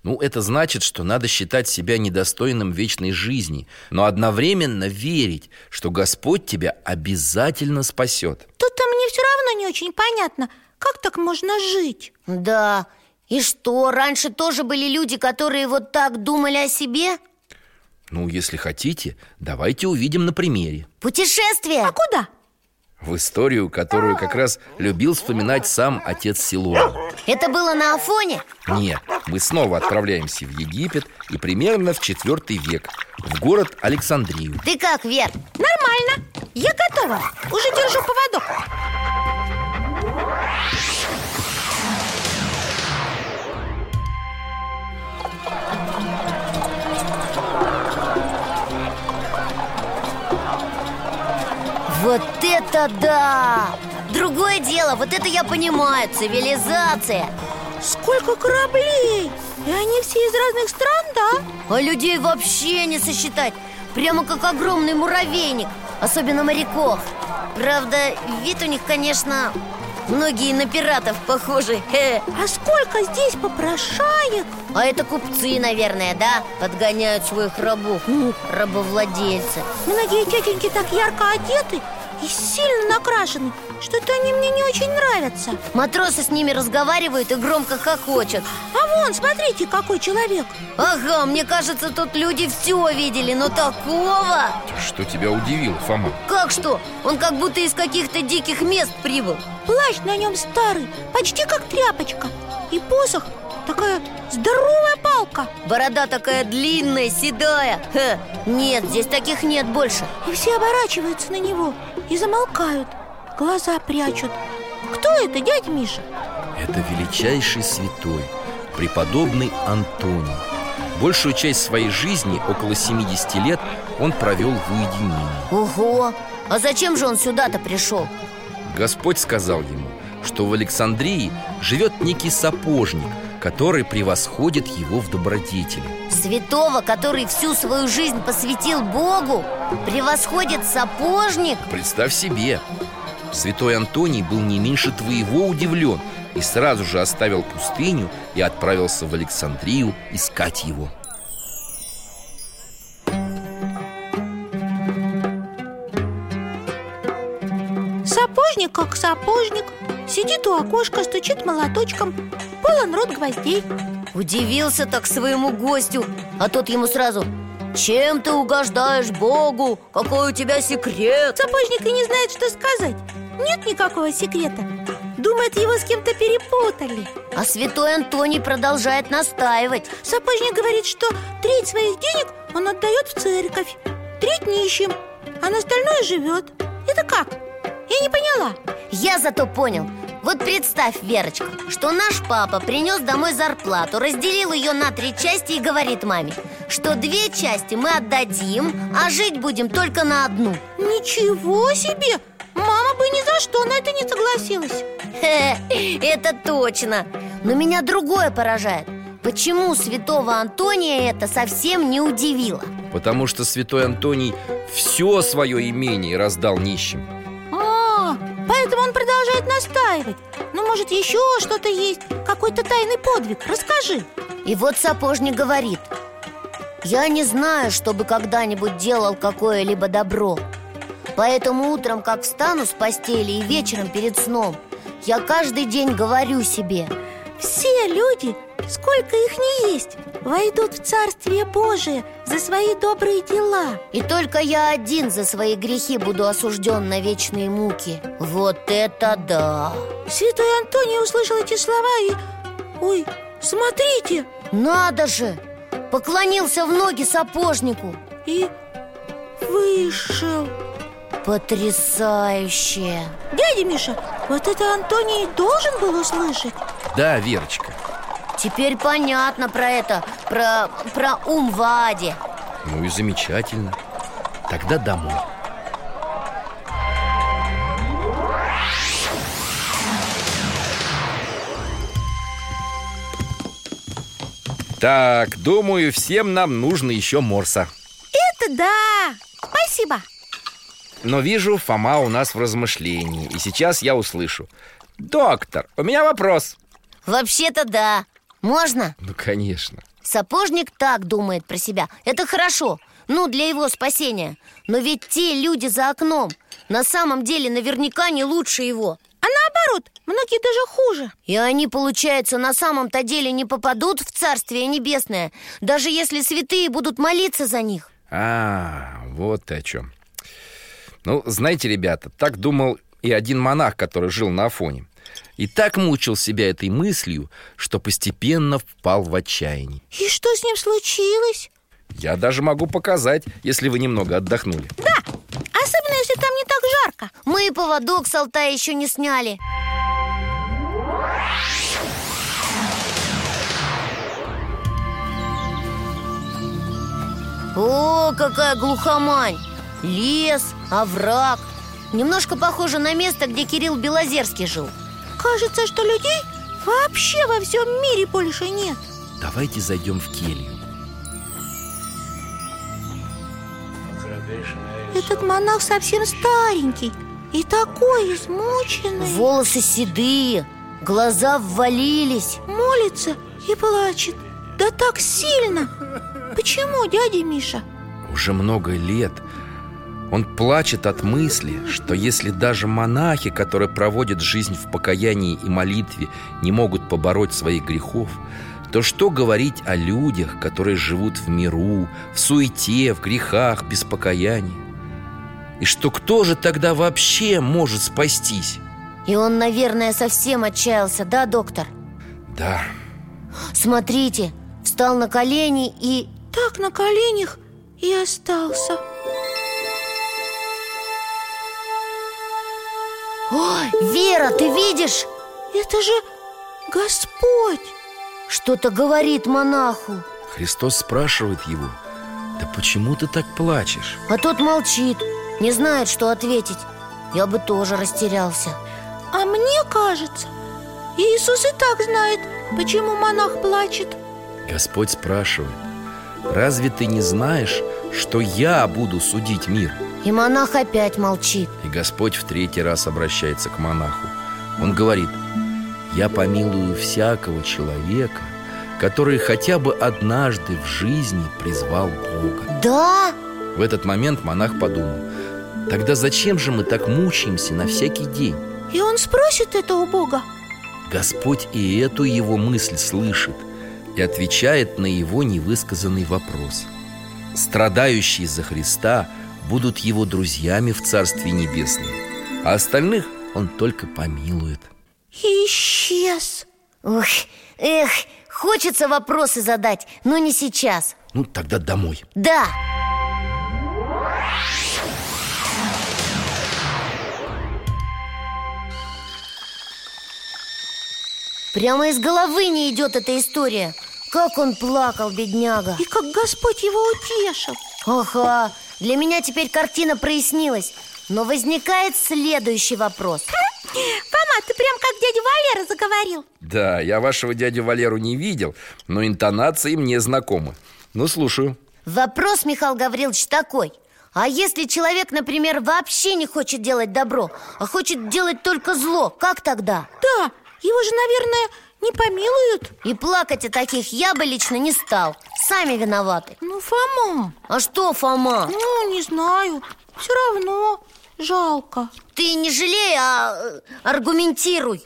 [SPEAKER 1] Ну, это значит, что надо считать себя недостойным вечной жизни, но одновременно верить, что Господь тебя обязательно спасет.
[SPEAKER 3] Тут-то мне все равно не очень понятно Как так можно жить?
[SPEAKER 2] Да, и что, раньше тоже были люди, которые вот так думали о себе?
[SPEAKER 1] Ну, если хотите, давайте увидим на примере.
[SPEAKER 2] Путешествие?
[SPEAKER 3] А куда?
[SPEAKER 1] В историю, которую как раз любил вспоминать сам отец Силуан.
[SPEAKER 2] Это было на Афоне?
[SPEAKER 1] Нет, мы снова отправляемся в Египет и примерно в IV век, в город Александрию.
[SPEAKER 2] Ты как, Вер?
[SPEAKER 3] Нормально, я готова Уже держу поводок
[SPEAKER 2] Вот это да! Другое дело, вот это я понимаю, цивилизация
[SPEAKER 3] Сколько кораблей! И они все из разных стран, да?
[SPEAKER 2] А людей вообще не сосчитать Прямо как огромный муравейник Особенно моряков Правда, вид у них, конечно, многие на пиратов похожи Хе.
[SPEAKER 3] А сколько здесь попрошаек?
[SPEAKER 2] А это купцы, наверное, да? Подгоняют своих рабов, ну, рабовладельцы
[SPEAKER 3] Многие тетеньки так ярко одеты и сильно накрашены Что-то они мне не очень нравятся
[SPEAKER 2] Матросы с ними разговаривают и громко хохочут
[SPEAKER 3] А вон, смотрите, какой человек
[SPEAKER 2] Ага, мне кажется, тут люди все видели, но такого...
[SPEAKER 1] Что тебя удивило, Фома?
[SPEAKER 2] Как что? Он как будто из каких-то диких мест прибыл
[SPEAKER 3] Плащ на нем старый, почти как тряпочка И посох такая здоровая палка
[SPEAKER 2] Борода такая длинная, седая Хе, Нет, здесь таких нет больше
[SPEAKER 3] И все оборачиваются на него и замолкают Глаза прячут Кто это, дядь Миша?
[SPEAKER 1] Это величайший святой, преподобный Антоний. Большую часть своей жизни, около 70 лет, он провел в уединении.
[SPEAKER 2] Ого, а зачем же он сюда-то пришел?
[SPEAKER 1] Господь сказал ему, что в Александрии живет некий сапожник, который превосходит его в добродетели.
[SPEAKER 2] Святого, который всю свою жизнь посвятил Богу Превосходит сапожник
[SPEAKER 1] Представь себе, святой Антоний был не меньше твоего удивлен и сразу же оставил пустыню и отправился в Александрию искать его.
[SPEAKER 3] Сапожник как сапожник Сидит у окошка, стучит молоточком Полон рот гвоздей
[SPEAKER 2] Удивился так своему гостю А тот ему сразу Чем ты угождаешь Богу? Какой у тебя секрет?
[SPEAKER 3] Сапожник и не знает, что сказать Нет никакого секрета Думает, его с кем-то перепутали
[SPEAKER 2] А святой Антоний продолжает настаивать
[SPEAKER 3] Сапожник говорит, что треть своих денег он отдает в церковь Треть нищим, а на остальное живет Это как? Я не поняла
[SPEAKER 2] Я зато понял Вот представь, Верочка, что наш папа принес домой зарплату Разделил ее на три части и говорит маме Что две части мы отдадим, а жить будем только на одну
[SPEAKER 3] Ничего себе! Мама бы ни за что на это не согласилась
[SPEAKER 2] Хе, Это точно Но меня другое поражает Почему святого Антония это совсем не удивило?
[SPEAKER 1] Потому что святой Антоний все свое имение раздал нищим
[SPEAKER 3] А, поэтому он продолжает настаивать Ну, может, еще что-то есть? Какой-то тайный подвиг? Расскажи
[SPEAKER 2] И вот сапожник говорит Я не знаю, чтобы когда-нибудь делал какое-либо добро Поэтому утром, как встану с постели и вечером перед сном Я каждый день говорю себе
[SPEAKER 3] Все люди, сколько их не есть Войдут в Царствие Божие за свои добрые дела
[SPEAKER 2] И только я один за свои грехи буду осужден на вечные муки Вот это да!
[SPEAKER 3] Святой Антоний услышал эти слова и... Ой, смотрите!
[SPEAKER 2] Надо же! Поклонился в ноги сапожнику
[SPEAKER 3] И вышел
[SPEAKER 2] Потрясающе!
[SPEAKER 3] Дядя Миша, вот это Антоний должен был услышать
[SPEAKER 1] Да, Верочка,
[SPEAKER 2] Теперь понятно про это, про, про ум в аде
[SPEAKER 1] ну и замечательно Тогда домой Так, думаю, всем нам нужно еще морса
[SPEAKER 3] Это да! Спасибо!
[SPEAKER 1] Но вижу, Фома у нас в размышлении И сейчас я услышу Доктор, у меня вопрос
[SPEAKER 2] Вообще-то да Можно?
[SPEAKER 1] Ну, конечно
[SPEAKER 2] Сапожник так думает про себя Это хорошо, ну, для его спасения Но ведь те люди за окном На самом деле наверняка не лучше его
[SPEAKER 3] А наоборот, многие даже хуже
[SPEAKER 2] И они, получается, на самом-то деле не попадут в Царствие Небесное Даже если святые будут молиться за них
[SPEAKER 1] А, вот ты о чем. Ну, знаете, ребята, так думал и один монах, который жил на Афоне. И так мучил себя этой мыслью, что постепенно впал в отчаяние.
[SPEAKER 3] И что с ним случилось?
[SPEAKER 1] Я даже могу показать, если вы немного отдохнули.
[SPEAKER 3] Особенно, если там не так жарко
[SPEAKER 2] Мы и поводок с Алтая еще не сняли О, какая глухомань! Лес, овраг Немножко похоже на место, где Кирилл Белозерский жил
[SPEAKER 3] Кажется, что людей вообще во всем мире больше нет
[SPEAKER 1] Давайте зайдем в келью.
[SPEAKER 3] Этот монах совсем старенький и такой измученный
[SPEAKER 2] Волосы седые, глаза ввалились
[SPEAKER 3] Молится и плачет Да так сильно Почему, дядя Миша?
[SPEAKER 1] Уже много лет он плачет от мысли, что если даже монахи, которые проводят жизнь в покаянии и молитве, не могут побороть своих грехов, то что говорить о людях, которые живут в миру, в суете, в грехах, без покаяния? И что кто же тогда вообще может спастись?
[SPEAKER 2] И он, наверное, совсем отчаялся, да, доктор?
[SPEAKER 1] Да,
[SPEAKER 2] Смотрите, встал на колени и...
[SPEAKER 3] Так на коленях и остался
[SPEAKER 2] Ой, Вера, ты видишь?
[SPEAKER 3] Это же Господь
[SPEAKER 2] Что-то говорит монаху
[SPEAKER 1] Христос спрашивает его, да почему ты так плачешь?
[SPEAKER 2] А тот молчит, не знает, что ответить Я бы тоже растерялся
[SPEAKER 3] А мне кажется, Иисус и так знает, почему монах плачет
[SPEAKER 1] Господь спрашивает, разве ты не знаешь, что я буду судить мир?
[SPEAKER 2] И монах опять молчит
[SPEAKER 1] И Господь в третий раз обращается к монаху. Он говорит, я помилую всякого человека, который хотя бы однажды в жизни призвал Бога.
[SPEAKER 2] Да?
[SPEAKER 1] В этот момент монах подумал, тогда зачем же мы так мучаемся на всякий день?
[SPEAKER 3] И он спросит это у Бога
[SPEAKER 1] Господь и эту его мысль слышит и отвечает на его невысказанный вопрос. Страдающие за Христа будут его друзьями в Царстве Небесном, а остальных он только помилует.
[SPEAKER 3] И исчез
[SPEAKER 2] Ух, эх, хочется вопросы задать, но не сейчас
[SPEAKER 1] Ну, тогда домой.
[SPEAKER 2] Да, прямо из головы не идет эта история Как он плакал, бедняга
[SPEAKER 3] И как Господь его утешил
[SPEAKER 2] Ага, для меня теперь картина прояснилась Но возникает следующий вопрос
[SPEAKER 3] Фома, ты прям как дядя Валера заговорил
[SPEAKER 1] Да, я вашего дядю Валеру не видел, но интонации мне знакомы. Ну, слушаю.
[SPEAKER 2] Вопрос, Михаил Гаврилович, такой А если человек, например, вообще не хочет делать добро А хочет делать только зло, как тогда?
[SPEAKER 3] Да, его же, наверное, не помилуют
[SPEAKER 2] И плакать о таких я бы лично не стал Сами виноваты
[SPEAKER 3] Ну, Фома,
[SPEAKER 2] А что, Фома?
[SPEAKER 3] ну, не знаю Все равно жалко
[SPEAKER 2] Ты не жалей, а э, аргументируй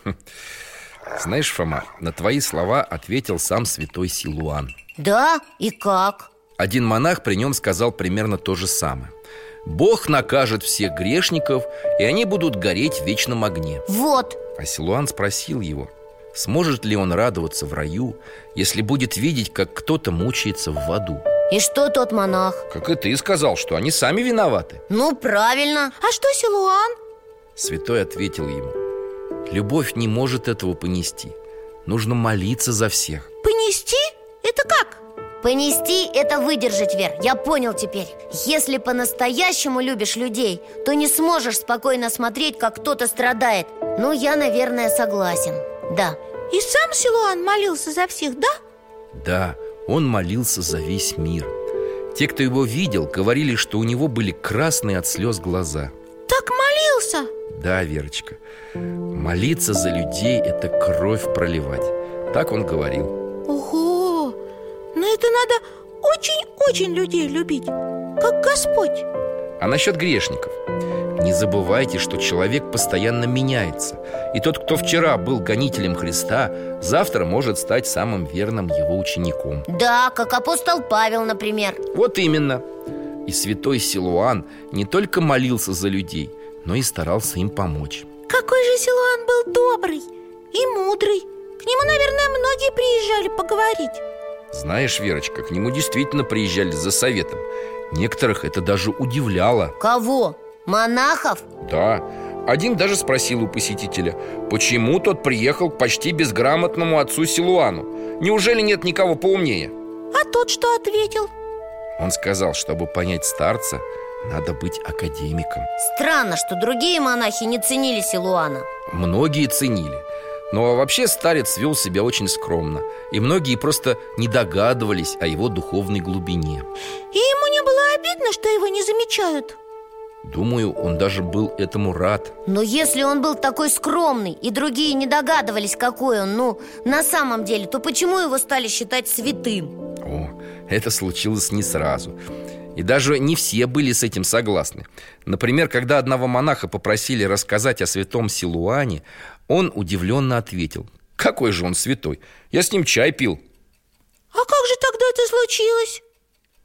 [SPEAKER 1] Знаешь, Фома, на твои слова ответил сам святой Силуан
[SPEAKER 2] Да, и как?
[SPEAKER 1] Один монах при нем сказал примерно то же самое Бог накажет всех грешников, и они будут гореть в вечном огне
[SPEAKER 2] Вот,
[SPEAKER 1] А Силуан спросил его, сможет ли он радоваться в раю, если будет видеть, как кто-то мучается в аду
[SPEAKER 2] и что тот монах?
[SPEAKER 1] Как и ты сказал, что они сами виноваты
[SPEAKER 2] Ну, правильно
[SPEAKER 3] А что, Силуан?
[SPEAKER 1] Святой ответил ему Любовь не может этого понести Нужно молиться за всех
[SPEAKER 3] Понести? Это как?
[SPEAKER 2] Понести – это выдержать, Вер, я понял теперь Если по-настоящему любишь людей, то не сможешь спокойно смотреть, как кто-то страдает Ну, я, наверное, согласен, да
[SPEAKER 3] И сам Силуан молился за всех, да?
[SPEAKER 1] Да, он молился за весь мир Те, кто его видел, говорили, что у него были красные от слез глаза
[SPEAKER 3] Так молился
[SPEAKER 1] Да, Верочка, молиться за людей – это кровь проливать Так он говорил
[SPEAKER 3] Ого! Но это надо очень-очень людей любить Как Господь
[SPEAKER 1] А насчет грешников Не забывайте, что человек постоянно меняется И тот, кто вчера был гонителем Христа Завтра может стать самым верным его учеником
[SPEAKER 2] Да, как апостол Павел, например
[SPEAKER 1] Вот именно И святой Силуан не только молился за людей Но и старался им помочь
[SPEAKER 3] Какой же Силуан был добрый и мудрый К нему, наверное, многие приезжали поговорить
[SPEAKER 1] Знаешь, Верочка, к нему действительно приезжали за советом Некоторых это даже удивляло
[SPEAKER 2] Кого? Монахов?
[SPEAKER 1] Да, один даже спросил у посетителя, почему тот приехал к почти безграмотному отцу Силуану. Неужели нет никого поумнее?
[SPEAKER 3] А тот что ответил?
[SPEAKER 1] Он сказал, чтобы понять старца, надо быть академиком.
[SPEAKER 2] Странно, что другие монахи не ценили Силуана
[SPEAKER 1] Многие ценили. Но вообще старец вел себя очень скромно, и многие просто не догадывались о его духовной глубине.
[SPEAKER 3] И ему не было обидно, что его не замечают
[SPEAKER 1] Думаю, он даже был этому рад.
[SPEAKER 2] Но если он был такой скромный, и другие не догадывались, какой он, ну, на самом деле, то почему его стали считать святым?
[SPEAKER 1] О, это случилось не сразу. И даже не все были с этим согласны. Например, когда одного монаха попросили рассказать о святом Силуане, он удивленно ответил. Какой же он святой? Я с ним чай пил.
[SPEAKER 3] А как же тогда это случилось?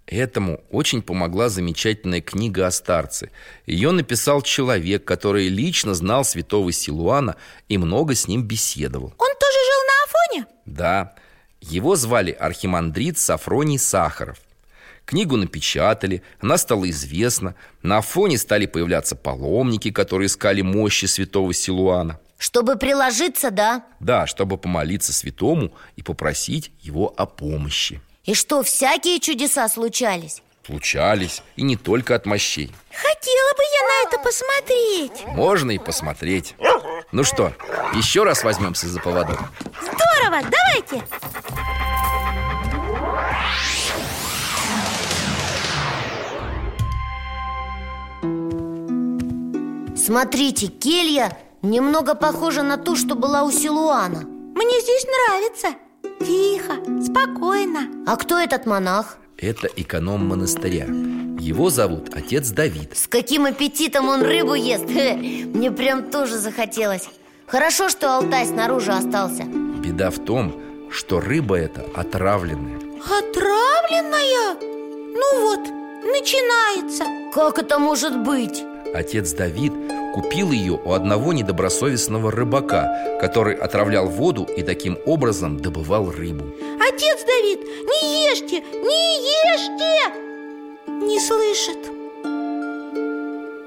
[SPEAKER 1] Этому очень помогла замечательная книга о старце. Ее написал человек, который лично знал святого Силуана и много с ним беседовал.
[SPEAKER 3] Он тоже жил на Афоне?
[SPEAKER 1] Да, его звали архимандрит Сафроний Сахаров. Книгу напечатали, она стала известна. На фоне стали появляться паломники, которые искали мощи святого Силуана.
[SPEAKER 2] Чтобы приложиться, да?
[SPEAKER 1] Да, чтобы помолиться святому и попросить его о помощи.
[SPEAKER 2] И что, всякие чудеса случались?
[SPEAKER 1] Случались, и не только от мощей.
[SPEAKER 3] Хотела бы я на это посмотреть
[SPEAKER 1] Можно и посмотреть. Ну что, еще раз возьмемся за поводок.
[SPEAKER 3] Здорово, давайте
[SPEAKER 2] Смотрите, келья немного похожа на ту, что была у Силуана
[SPEAKER 3] Мне здесь нравится Тихо, спокойно
[SPEAKER 2] А кто этот монах?
[SPEAKER 1] Это эконом монастыря. Его зовут отец Давид.
[SPEAKER 2] С каким аппетитом он рыбу ест? Хе, Мне прям тоже захотелось Хорошо, что Алтай снаружи остался
[SPEAKER 1] Беда в том, что рыба эта отравленная.
[SPEAKER 3] Отравленная? Ну вот, начинается
[SPEAKER 2] Как это может быть?
[SPEAKER 1] Отец Давид купил ее у одного недобросовестного рыбака, который отравлял воду и таким образом добывал рыбу.
[SPEAKER 3] Отец Давид, не ешьте, не ешьте Не слышит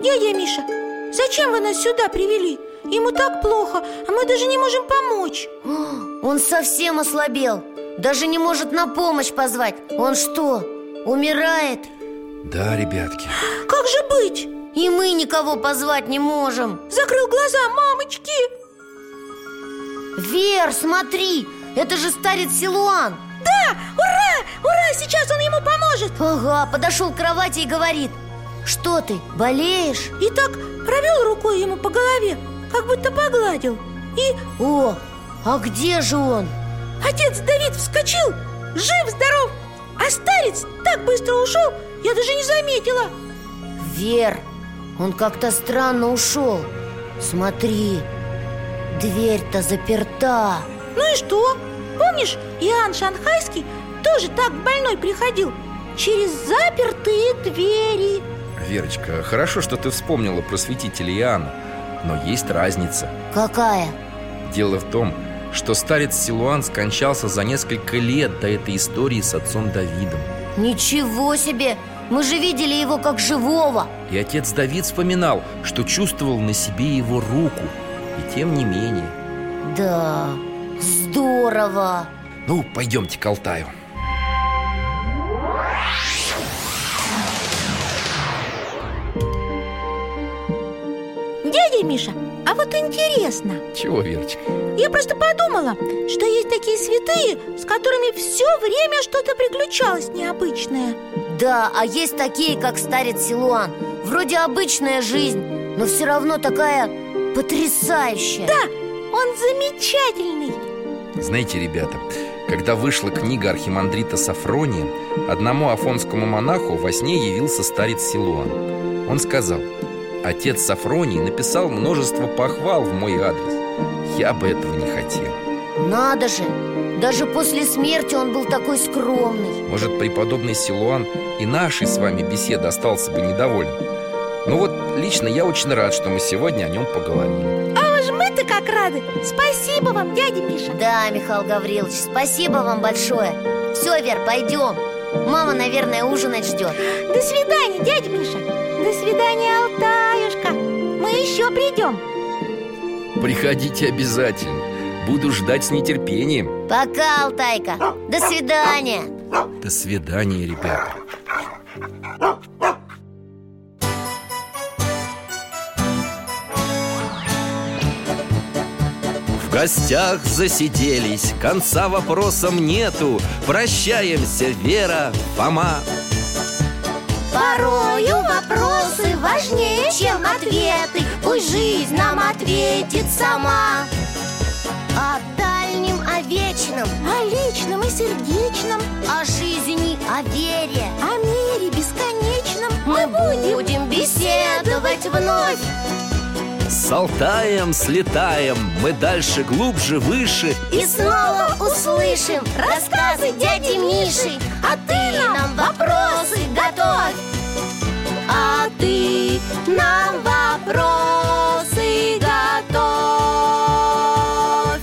[SPEAKER 3] Дядя Миша, зачем вы нас сюда привели? Ему так плохо, а мы даже не можем помочь
[SPEAKER 2] Он совсем ослабел Даже не может на помощь позвать Он что, умирает?
[SPEAKER 1] Да, ребятки.
[SPEAKER 3] Как же быть?
[SPEAKER 2] И мы никого позвать не можем
[SPEAKER 3] Закрыл глаза, мамочки
[SPEAKER 2] Вер, смотри, это же старец Силуан
[SPEAKER 3] Ура, ура, Давай, сейчас он ему поможет
[SPEAKER 2] Ага, подошел к кровати и говорит Что ты, болеешь?
[SPEAKER 3] И так провел рукой ему по голове Как будто погладил И
[SPEAKER 2] О, а где же он?
[SPEAKER 3] отец Давид вскочил Жив-здоров А старец так быстро ушел Я даже не заметила
[SPEAKER 2] Вер, он как-то странно ушел Смотри, дверь-то заперта
[SPEAKER 3] Ну и что? Помнишь, Иоанн Шанхайский тоже так больной приходил Через запертые двери
[SPEAKER 1] Верочка, хорошо, что ты вспомнила про святителя Иоанна Но есть разница
[SPEAKER 2] Какая?
[SPEAKER 1] Дело в том, что старец Силуан скончался за несколько лет до этой истории с отцом Давидом
[SPEAKER 2] Ничего себе! Мы же видели его как живого
[SPEAKER 1] И отец Давид вспоминал, что чувствовал на себе его руку И тем не менее
[SPEAKER 2] Да, здорово
[SPEAKER 1] Ну, пойдемте к Алтаю
[SPEAKER 3] Дядя Миша, а вот интересно
[SPEAKER 1] Чего, Верочка?
[SPEAKER 3] Я просто подумала, что есть такие святые, с которыми все время что-то приключалось необычное.
[SPEAKER 2] Да, а есть такие, как старец Силуан Вроде обычная жизнь, но все равно такая потрясающая Да,
[SPEAKER 3] Он замечательный.
[SPEAKER 1] Знаете, ребята, когда вышла книга архимандрита Сафрония, одному афонскому монаху во сне явился старец Силуан. Он сказал, отец Сафроний написал множество похвал в мой адрес. Я бы этого не хотел.
[SPEAKER 2] надо же Даже после смерти он был такой скромный
[SPEAKER 1] Может, преподобный Силуан и нашей с вами беседы остался бы недоволен. Ну вот, лично я очень рад, что мы сегодня о нем поговорили.
[SPEAKER 3] А уж мы-то как рады. Спасибо вам, дядя Миша.
[SPEAKER 2] Да, Михаил Гаврилович, спасибо вам большое Все, Вер, пойдем Мама, наверное, ужинать ждет
[SPEAKER 3] До свидания, дядя Миша. До свидания, Алтаюшка. Мы еще придем.
[SPEAKER 1] Приходите обязательно. Буду ждать с нетерпением.
[SPEAKER 2] Пока, Алтайка До свидания
[SPEAKER 1] До свидания, ребята. В гостях засиделись, конца вопросам нету. Прощаемся, Вера, Фома.
[SPEAKER 2] Порою вопросы важнее, чем ответы Пусть жизнь нам ответит сама О дальнем, о вечном,
[SPEAKER 3] О личном и сердечном,
[SPEAKER 2] о жизни, о вере
[SPEAKER 3] о мире бесконечном
[SPEAKER 2] Мы будем беседовать вновь
[SPEAKER 1] С Алтаем слетаем, мы дальше, глубже, выше.
[SPEAKER 2] И снова услышим рассказы дяди Миши А ты нам вопросы готовь А ты нам вопросы готовь